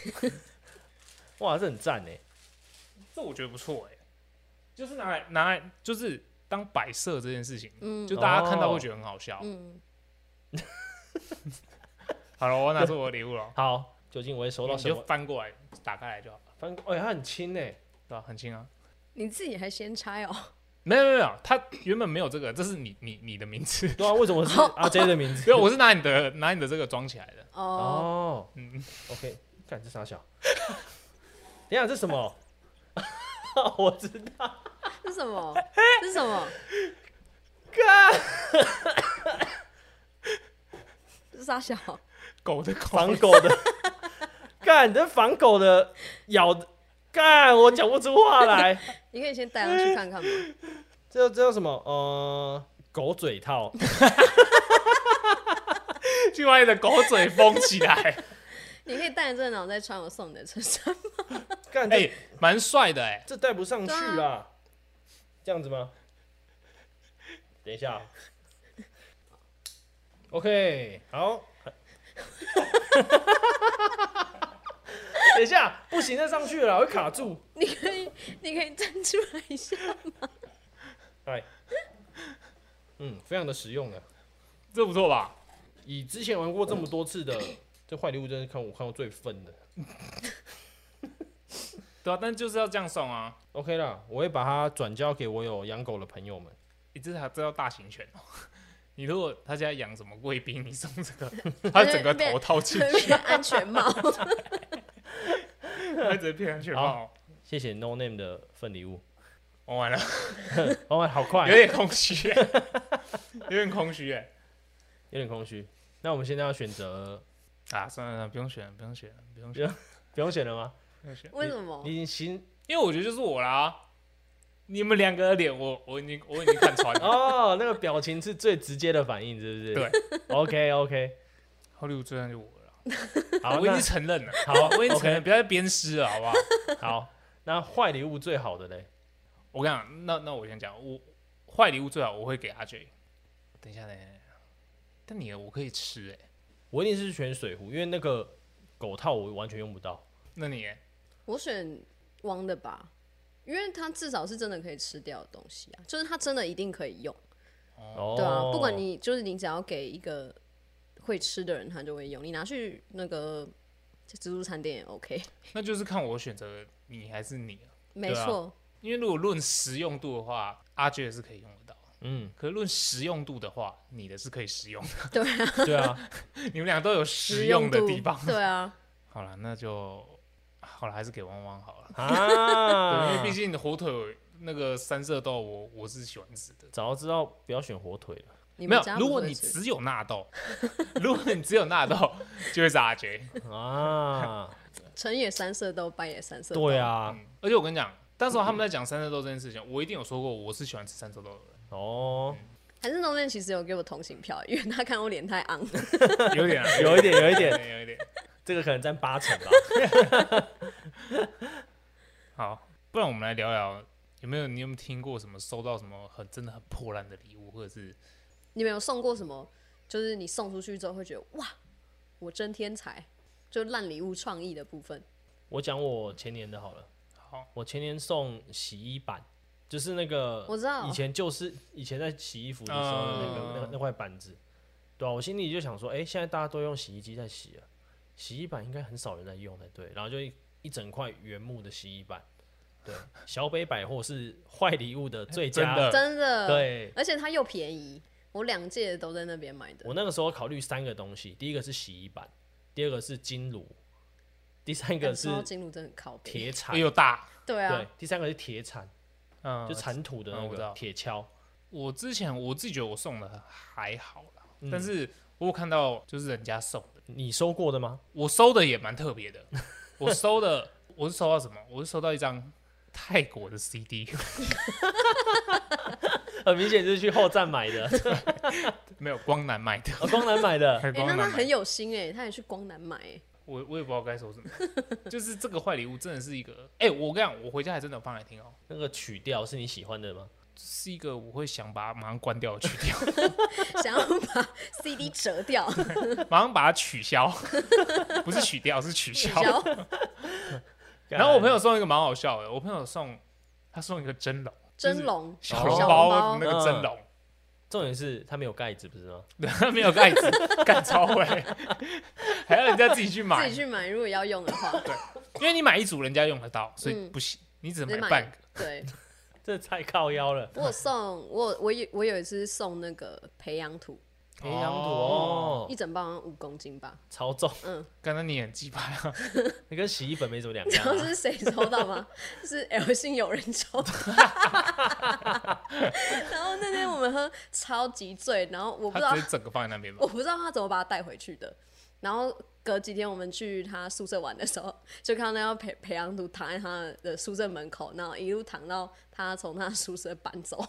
C: 哇，这很赞哎、
A: 这我觉得不错哎、就是拿来拿来就是当摆设这件事情，
B: 嗯
A: 就大家看到会觉得很好笑。
B: 嗯，
A: 好了，我拿出我的礼物 了，
C: 好，究竟我会收到
A: 嗯你
C: 什
A: 就
C: 么？
A: 翻过来打开来就好了，
C: 翻过，哎、它很轻哎、
A: 对吧、很轻啊。
B: 你自己还 先拆哦。
A: 没有没有没有，它原本没有这个，这是你你你的名字，
C: 对啊，为什么是阿 J 的名字？
A: 对，我是拿你的拿你的这个装起来的。
B: 哦，
C: 哦，
A: 嗯
C: 嗯，OK，干这傻小， 等一下这什么？ 我知道，
B: 这是什 么？这是什么？这是傻小，
A: 狗的狗，
C: 防狗的，干这防狗的咬的，干我讲不出话来，
B: 你可以先带上去看 看吗？
C: 这这叫什么？呃，狗嘴套，
A: 就把你的狗嘴封起来，
B: 你可以带着这个，然后再穿我送你的衬衫。
C: 干这、
A: 哎、蛮帅的哎、
C: 这戴不上去
B: 对
C: 啦，这样子吗？等一下啊，OK，好。 等一下，不行，再上去了，会卡住。
B: 你可以，你可以站出来一下。
C: 哎，嗯，非常的实用啊。
A: 这不错吧？
C: 以之前玩过这么多次的，这坏礼物真是看我看过最愤的。
A: 对啊，但就是要这样送啊。
C: OK 啦，我会把它转交给我有养狗的朋友们。
A: 你、这还这叫大型犬哦。 你如果他家养什么贵宾，你送这 个，他整个头套进
B: 对
A: 去，
B: 面安全帽，
A: 他直接变成犬猫。
C: 谢谢 No Name 的份礼物，
A: 玩完了，
C: 哦，好快，
A: 有点空虚、 欸，有点空虚哎、
C: 有点空虚。那我们现在要选择，
A: 啊，算了算了，不用选了，不用选了，不用
C: 不
A: 选
C: 用
A: 了，
C: 不用选了吗？
A: 不用选了。
B: 为什么
C: 你？已经心
A: 因为我觉得就是我啦。你们两个的脸，我我已经我已经看穿了。
C: 哦，那个表情是最直接的反应，是不是？对，OK OK，
A: 好礼物最就我 了，
C: 好，
A: 我已
C: 那
A: 经承认 了，
C: 好
A: 我已经承认，
C: ，OK，
A: 不要再鞭尸了，好不好？
C: 好，那坏礼物最好的嘞，
A: 我跟你讲，那那我先讲，我坏礼物最好我会给阿 J。等一下，等一下，等一下但你的我可以吃哎、
C: 我一定是选水壶，因为那个狗套我完全用不到。
A: 那你欸
B: 我选汪的吧，因为它至少是真的可以吃掉的东西啊，就是它真的一定可以用，
C: 哦，
B: 对啊，不管你就是你只要给一个会吃的人，他就会用。你拿去那个自助餐店也 OK，
A: 那就是看我选择你还是你了，
B: 没错，
A: 因为如果论实用度的话，阿 J 的是可以用得到。
C: 嗯，
A: 可是论实用度的话，你的是可以实用的，
B: 对啊，
C: 对啊，
A: 你们俩都有实
B: 实
A: 用的
B: 度
A: 地方。
B: 对啊，
A: 好了，那就好了，还是给汪汪好了。对，
C: 啊，
A: 因为毕竟火腿那个三色豆我，我是喜欢吃的。
C: 早知道不要选火腿了。
B: 你
A: 没
B: 们
A: 有
B: 家，不
A: 如果
B: 会
A: 你
B: 吃
A: 只有纳豆， 如果你只有纳豆，就会是阿 J。
C: 啊，
B: 成也三色豆，败也三色豆，
C: 对，啊，
A: 嗯而且我跟你讲，当时候他们在讲三色豆这件事情，我一定有说过我是喜欢吃三色豆的
C: 哦，
B: 还是农恋其实有给我同情票，因为他看我脸太昂。
A: 人，有点啊，
C: 有一点，有一
A: 有
C: 点，
A: 点，有一点。
C: 这个可能占八成吧。
A: 好，不然我们来聊聊，有没有你有没有听过什么收到什么很真的很破烂的礼物，或者是
B: 你们有送过什么？就是你送出去之后会觉得哇，我真天才，就烂礼物创意的部分。
C: 我讲我前年的好了，
A: 好
C: 我前年送洗衣板，就是那个
B: 我知道
C: 以前就是以前在洗衣服的时候的那个、
A: 嗯
C: 那那块板子，对啊，我心里就想说，哎、现在大家都用洗衣机在洗了，洗衣板应该很少人在用才对，然后就一一整块原木的洗衣板，对， 小北百货是坏礼物的最
A: 哎真
C: 佳，
A: 的
B: 真的，
C: 对，
B: 而且它又便宜，我两届都在那边买的。
C: 我那个时候考虑三个东西，第一个是洗衣板，第二个是金炉，第三个
B: 感
C: 是
B: 受到金炉真的很靠北
C: 铁铲，
A: 又哎大？
B: 对啊
C: 对，，第三个是铁铲，
A: 嗯，
C: 就铲土
A: 嗯
C: 的啊那
A: 我知道
C: 个铁锹。
A: 我之前我自己觉得我送的还好啦，
C: 嗯
A: 但是我有看到就是人家送的，
C: 你收过的吗？
A: 我收的也蛮特别的。我收的我是收到什么？我是收到一张泰国的 CD，
C: 很明显就是去后站买 的，
A: 没有光南买的，
C: 哦、光南买的。
A: 还
B: 哎、
A: 光
B: 那
A: 南
B: 他
A: 买的。
B: 很有心哎、他也去光南买、欸，
A: 我我也不知道该说什么，就是这个坏礼物真的是一个，哎、我跟你讲，我回家还真的有放来听哦、
C: 那个曲调是你喜欢的吗？
A: 是一个我会想把它马上关掉去掉，
B: 想要把 CD 折掉，
A: 马上把它取消， 不是取掉是取消。然
B: 然后
A: 后我朋友送一个蛮好笑的，我朋友送他送一个蒸笼，
B: 蒸笼、
A: 小笼
C: 笼
B: 哦小
A: 包
B: 笼
A: 那个蒸笼，
C: 重点是它没有盖子，不是吗？
A: 对，没有盖子， 干超会，还要人家自己去
B: 包，
A: 买
B: 自己，去买，如果要用 的话，
A: 因为你买一组人家用得到，所以
B: 嗯
A: 不行，你只
B: 只
A: 能买
B: 买
A: 半个。
B: 对
C: 这太靠腰了。
B: 我有送我我有我有一次送那个培养土，
C: 培养土哦
B: 一，整包好像五公 斤吧，
C: 超重，
A: 刚才你很鸡掰啊，
C: 那跟洗衣粉没什么两
B: 你知
C: 样、
B: 道
C: 啊。
B: 是谁抽到吗？ 是 L 姓有人抽到。 然后那天我们喝超级醉，然后我不知
A: 他
B: 道
A: 直接整个放在那边嘛
B: 我。不知道他怎么把它带回去的。然后隔几天我们去他宿舍玩的时候，就看到那个培培养土躺在他的宿舍门口，然后一路躺到他从他宿舍搬走。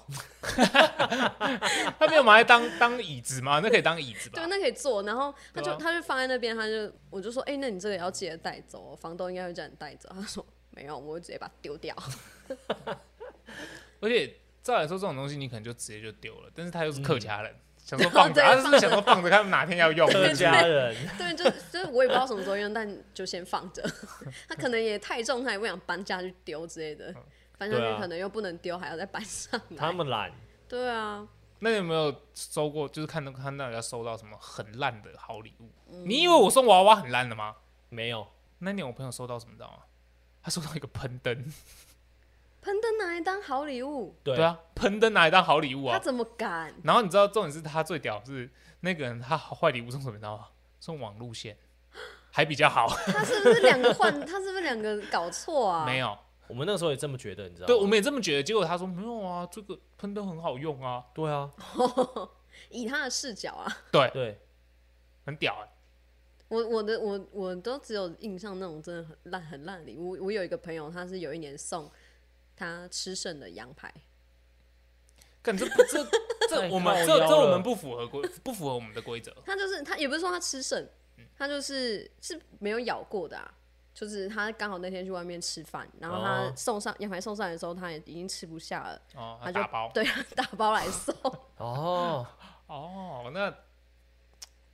A: 他没有拿来当当椅子吗？那可以当椅子吧
B: 对，？那可以坐。然后他就、
A: 对啊
B: 他就放在那边，他就我就说，哎、那你这个也要记得带走哦，房东应该会叫你带走。他说没有，我会直接把它丢掉。
A: 而且照来说，这种东西你可能就直接就丢了，但是他又是客家人，想说
B: 哦
A: 放着，
B: 对
A: 他是不是想说放着，看他们哪天要 用。
C: 客家人，
B: 对，就就是我也不知道什么时候用，但就先放着。 他可能也太重，他也不想搬下去丢之类
A: 嗯
B: 的，搬下
C: 对
B: 去
C: 啊
B: 可能又不能丢，还要再搬上来。
C: 他们懒，
B: 对啊，
A: 那你有没有收过？就是看到看到人家收到什么很烂的好礼物？
B: 嗯
A: 你以为我送娃娃很烂的吗？
C: 没有
A: 那年我朋友收到什么，你知道吗？他收到一个喷灯，
B: 喷灯拿来当好礼物，
C: 对
A: 对啊，喷灯拿来当好礼物
B: 他
A: 啊。
B: 怎么敢？
A: 然后你知道重点是他最屌是那个人，他坏礼物送什么，你知道吗？送网路线，还比较 好，
C: 啊
B: 他是不是两个换？ 他是不是两个搞错啊？
A: 没有。
C: 我们那时候也这么觉得，你知道吗？
A: 对，我们也这么觉得。结果他说没有啊，这个喷灯很好用啊，
C: 对啊，
B: 以他的视角啊，
A: 对，
C: 对，
A: 很屌哎、
B: 我我的我我都只有印象那种真的很烂很烂的礼物。我有一个朋友，他是有一年送他吃剩的羊排，
A: 干这不 这这
C: 太
A: 我们
C: 靠
A: 这
C: 腰
A: 这我
C: 了
A: 们不符合规不符合我们的规则。
B: 他就是他也不是说他吃剩，他就是是没有咬过的啊。就是他刚好那天去外面吃饭，然后他
C: 哦
B: 送上羊排送上来的时候，他也已经吃不下了，
A: 哦，
B: 他就
A: 打包。
B: 对他打包来送。
C: 哦，
A: 哦，那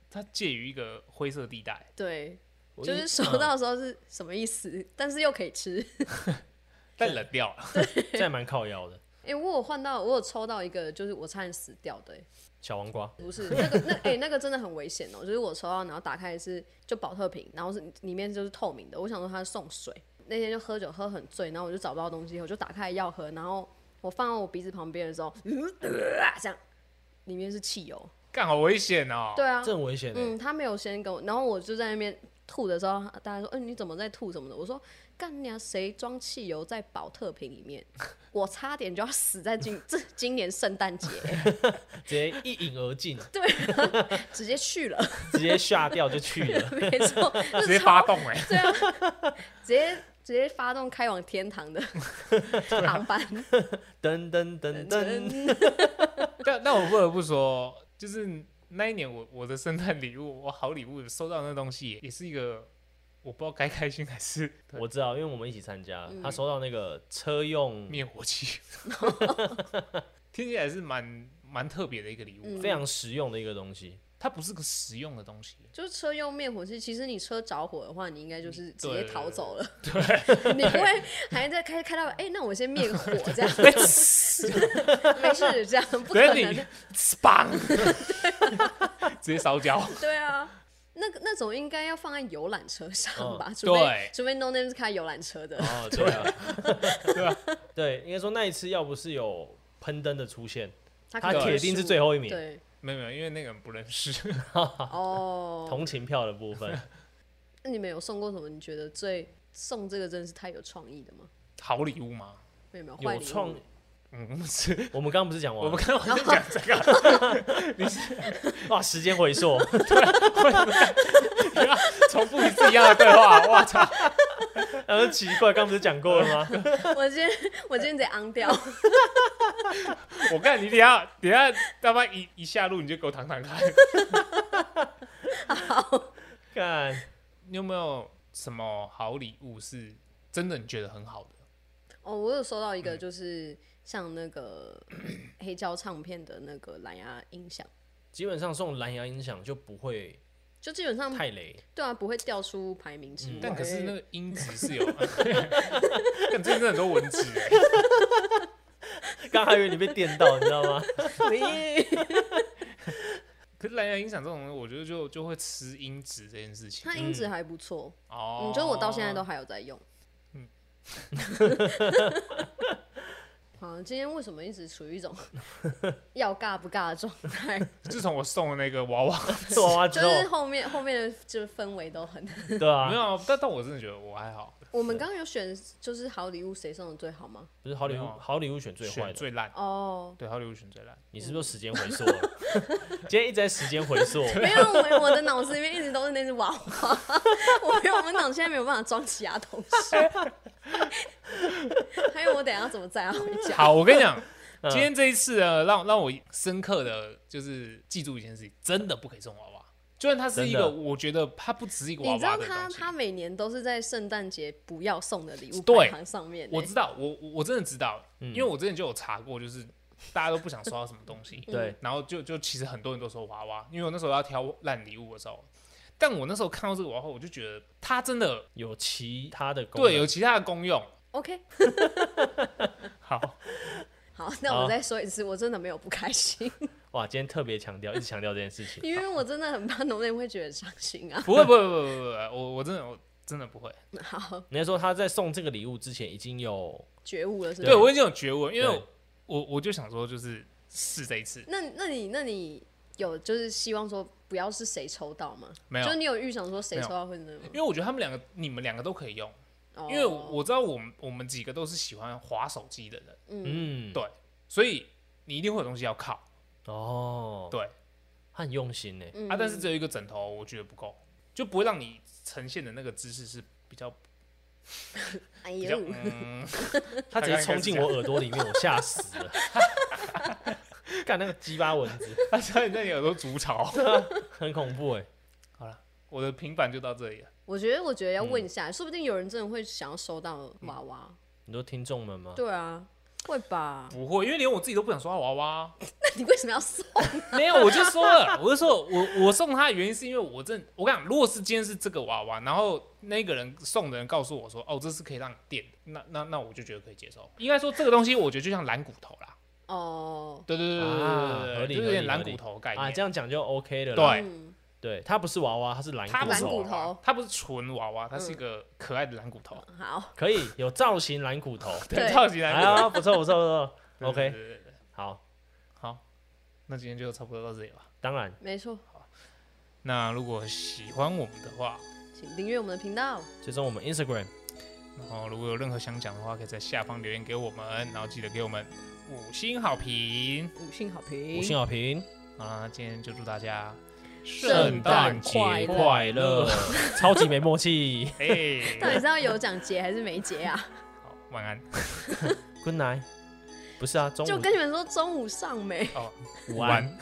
A: 它介于一个灰色地带，
B: 对，
C: 我
B: 就
C: 一
B: 是收到的时候是什么意思？ 但是又可以吃。
A: 但冷掉 了。
C: 嗯这还蛮靠腰的，
B: 哎、我有换到，我有抽到一个，就是我差点死掉的、欸，
C: 小黄瓜，
B: 不是那个那哎、那个真的很危险哦、就是我抽到，然后打开是就保特瓶，然后是里面就是透明的，我想说它是送水。那天就喝酒喝很醉，然后我就找不到东西，我就打开要喝，然后我放到我鼻子旁边的时候，嗯啊这样里面是汽油。
A: 干好危险哦！
B: 对啊
C: 这，很危险的、
B: 嗯，他没有先跟我，然后我就在那边吐的时候，大家说，嗯、你怎么在吐什么的？我说，干你啊，谁装汽油在保特瓶里面？我差点就要死在今这今年圣诞节，
C: 直接一饮而尽，
B: 啊直接去了，
C: 直接下掉就去了。
B: 没错，就
A: 直接
B: 是
A: 发动哎、
B: 直接直接发动开往天堂 的
C: 啊
B: 航班。
C: 噔噔噔噔，
A: 但但我不得不说，就是那一年我我的圣诞礼物，我好礼物收到那东西也，也是一个我不知道该开心还是
C: 我知道，因为我们一起参加，
B: 嗯
C: 他收到那个车用
A: 灭火器，听起来是蛮蛮特别的一个礼物。
B: 嗯
C: 非常实用的一个东西，
A: 它不是个实用的东西，
B: 就是车用灭火器，其实你车着火的话，你应该就是直
A: 对
B: 接逃走了。对， 你不会还在开开到哎、那我先灭火这样，没事这样，不可
A: 等你
B: 能的。
A: 棒，直接烧焦。
B: 对啊，那个那种应该要放在游览车上吧，除非
A: 对
B: 除非 No Name 是开游览车的。
C: 哦， 对啊，对，应该说那一次要不是有喷灯的出现，
B: 他
C: 他
B: 可能
C: 铁
B: 会
C: 定是
B: 输
C: 最后一名。
B: 对
A: 没有没有，因为那个人不认识。
B: 哦。
C: 同情票的部分，
B: 那你们有送过什么？你觉得最送这个真的是太有创意的吗？
A: 好礼物吗？
B: 有没有坏
C: 有
B: 礼物
C: 创，
A: 嗯，是
C: 我们刚刚不是讲
A: 我
C: 完
A: 们
C: 了？
A: 刚刚在讲这个，
C: 哇，时间 回溯，
A: 重复一次一样的对话，我操！
C: 然后奇怪，刚刚不是讲过了 吗？
B: 我今天我今天得昂掉，
A: 我看你等一下等一下，他妈一一下路你就给我躺躺看。
C: 看，
A: 你有没有什么好礼物是真的你觉得很好的？
B: 哦，我有收到
A: 嗯
B: 一个，就是像那个 黑胶唱片的那个蓝牙音响，
C: 基本上送蓝牙音响就不会
B: 就基本上
C: 太雷，
B: 对啊，不会掉出排名之外。
A: 嗯但可是那个音质是 有， 但真的很多文字哎。
C: 刚还以为你被电到，你知道 吗？
A: 可是蓝牙音响这种东西，我觉得就就会吃音质这件事情
B: 它。音质还不错，
A: 嗯哦，嗯
B: 嗯，就我到现在都还有在用。好，今天为什么一直处于一 种要尬不尬的状态？
A: 自从我送了那个 娃娃，
C: 做完
B: 就
C: 之
B: 是
C: 后，
B: 后面后面的就是氛围都 很。
C: 对啊
A: 没，有，但但我真的觉得我还好，
B: 我们刚刚有选就是好礼物谁送的最好吗？
C: 不是好礼
A: 没
C: 物，
A: 有
C: 好礼物选最坏
A: 选
C: 的。
A: 最烂，
B: 哦，
A: 对，好礼物选最烂。
C: 你是不是说时间回溯了？ 今天一直在时间回 溯，
B: 没有，我我的脑子里面一直都是那只娃娃， 我觉得我们脑现在没有办法装其他东 西。还有我等一下怎么载他回 家？
A: 好，我跟你讲，
C: 嗯
A: 今天这一次呢，让让我深刻的就是记住一件事情，真的不可以送娃娃。就算它是一个，
C: 真的
A: 我觉得它不只是一个娃
B: 你知道
A: 娃的
B: 他
A: 东西。
B: 他每年都是在圣诞节不要送的礼物
A: 对
B: 排行上面欸、
A: 我知道，我我我真的知道，
C: 嗯
A: 因为我之前就有查过，就是大家都不想收到什么东西，
B: 嗯
C: 对，
A: 然后就就其实很多人都说娃娃，因为我那时候要挑烂礼物的时候，但我那时候看到这个娃娃，我就觉得它真的
C: 有其他的功能
A: 对有其他的功用。
B: OK，
A: 好，
B: 好，那我
C: 好
B: 再说一次，我真的没有不开心，
C: 哇，今天特别强调，一直强调这件 事情。
B: 因为我真的很怕农内会觉得伤心啊。
A: 不会不会不会不会不会，我我真的我真的不会，
B: 好，
C: 人家说他在送这个礼物之前已经有，
B: 觉悟了是
A: 对
B: 吧？
A: 我已经有觉悟了，因为
C: 对
A: 我我我就想说就是试这一次，
B: 那那你那你有就是希望说不要是谁抽到吗？
A: 没有
B: 就是你有预想说谁
A: 没有
B: 抽到会是那个吗
A: 因为我觉得他们两个你们两个都可以用，？
B: 哦
A: 因为我我知道我们我们几个都是喜欢划手机的人，
C: 嗯，
A: 对，所以你一定会有东西要靠。
C: 哦，
A: 对，
C: 他很用心呢。欸
B: 嗯
A: 啊，但是只有一个枕头，我觉得不够，就不会让你呈现的那个姿势是比较
B: 哎
A: 比较
B: 呦，
A: 嗯，
C: 他直接冲进我耳朵里面，我吓死了。 干那个鸡巴蚊子，
A: 它差点在你耳朵筑巢。
C: 很恐怖哎。
A: 好了，我的平板就到这里了。
B: 我觉得我觉得要问一
C: 嗯
B: 下，说不定有人真的会想要收到娃娃。
C: 你说听众们吗？
B: 对啊，会吧？
A: 不会，因为连我自己都不想刷娃啊娃。
B: 那你为什么要送？
A: 没有，我就说了，我就说我我送他的原因是因为我真，我跟你讲，如果是今天是这个娃娃，然后那个人送的人告诉我说，哦，这是可以让你垫的，那那那我就觉得可以接受。应该说这个东西，我觉得就像蓝骨头啦，
B: 哦，
A: 对对对对
C: 啊
A: 对
C: 合
A: 对
C: 理
A: 对，就是有
C: 合
A: 点
C: 理
A: 蓝
C: 合理
A: 骨头的概
C: 啊，
A: 念。
C: 这样讲就 OK 了啦。
A: 对，
B: 嗯，
C: 对，它不是娃娃，它是蓝啊
A: 它不
B: 蓝
A: 是
B: 骨
A: 娃
B: 头
A: 娃，它不是纯娃娃，它是一个可爱的蓝骨头，
B: 好，
C: 可以有造型蓝骨头。
B: 对
A: 超级
C: 哎
A: 蓝骨
C: 呀，不错不错不
A: 头。
C: 错，OK，哎
A: 对对对对
C: 好，
A: 好，那今天就差不多到这里吧。
C: 当然
B: 没错，
A: 那如果喜欢我们的话，
B: 请订阅我们的频道。
C: 追踪我们 Instagram，
A: 然后哦如果有任何想讲的话，可以在下方留言给我们，然后记得给我们五星好评。啊
B: 五星好评，
C: 五星好评，
A: 好啦，那今天就祝大家
B: 圣诞快乐
C: 快乐， 超级没默 契。
B: 到底
A: 哎，
B: 是要有奖节还是没节啊？
A: 好，晚安。
C: Good night，不是啊，中
B: 就
C: 午
B: 跟你们说中午上没。
A: 哦，
C: 午安。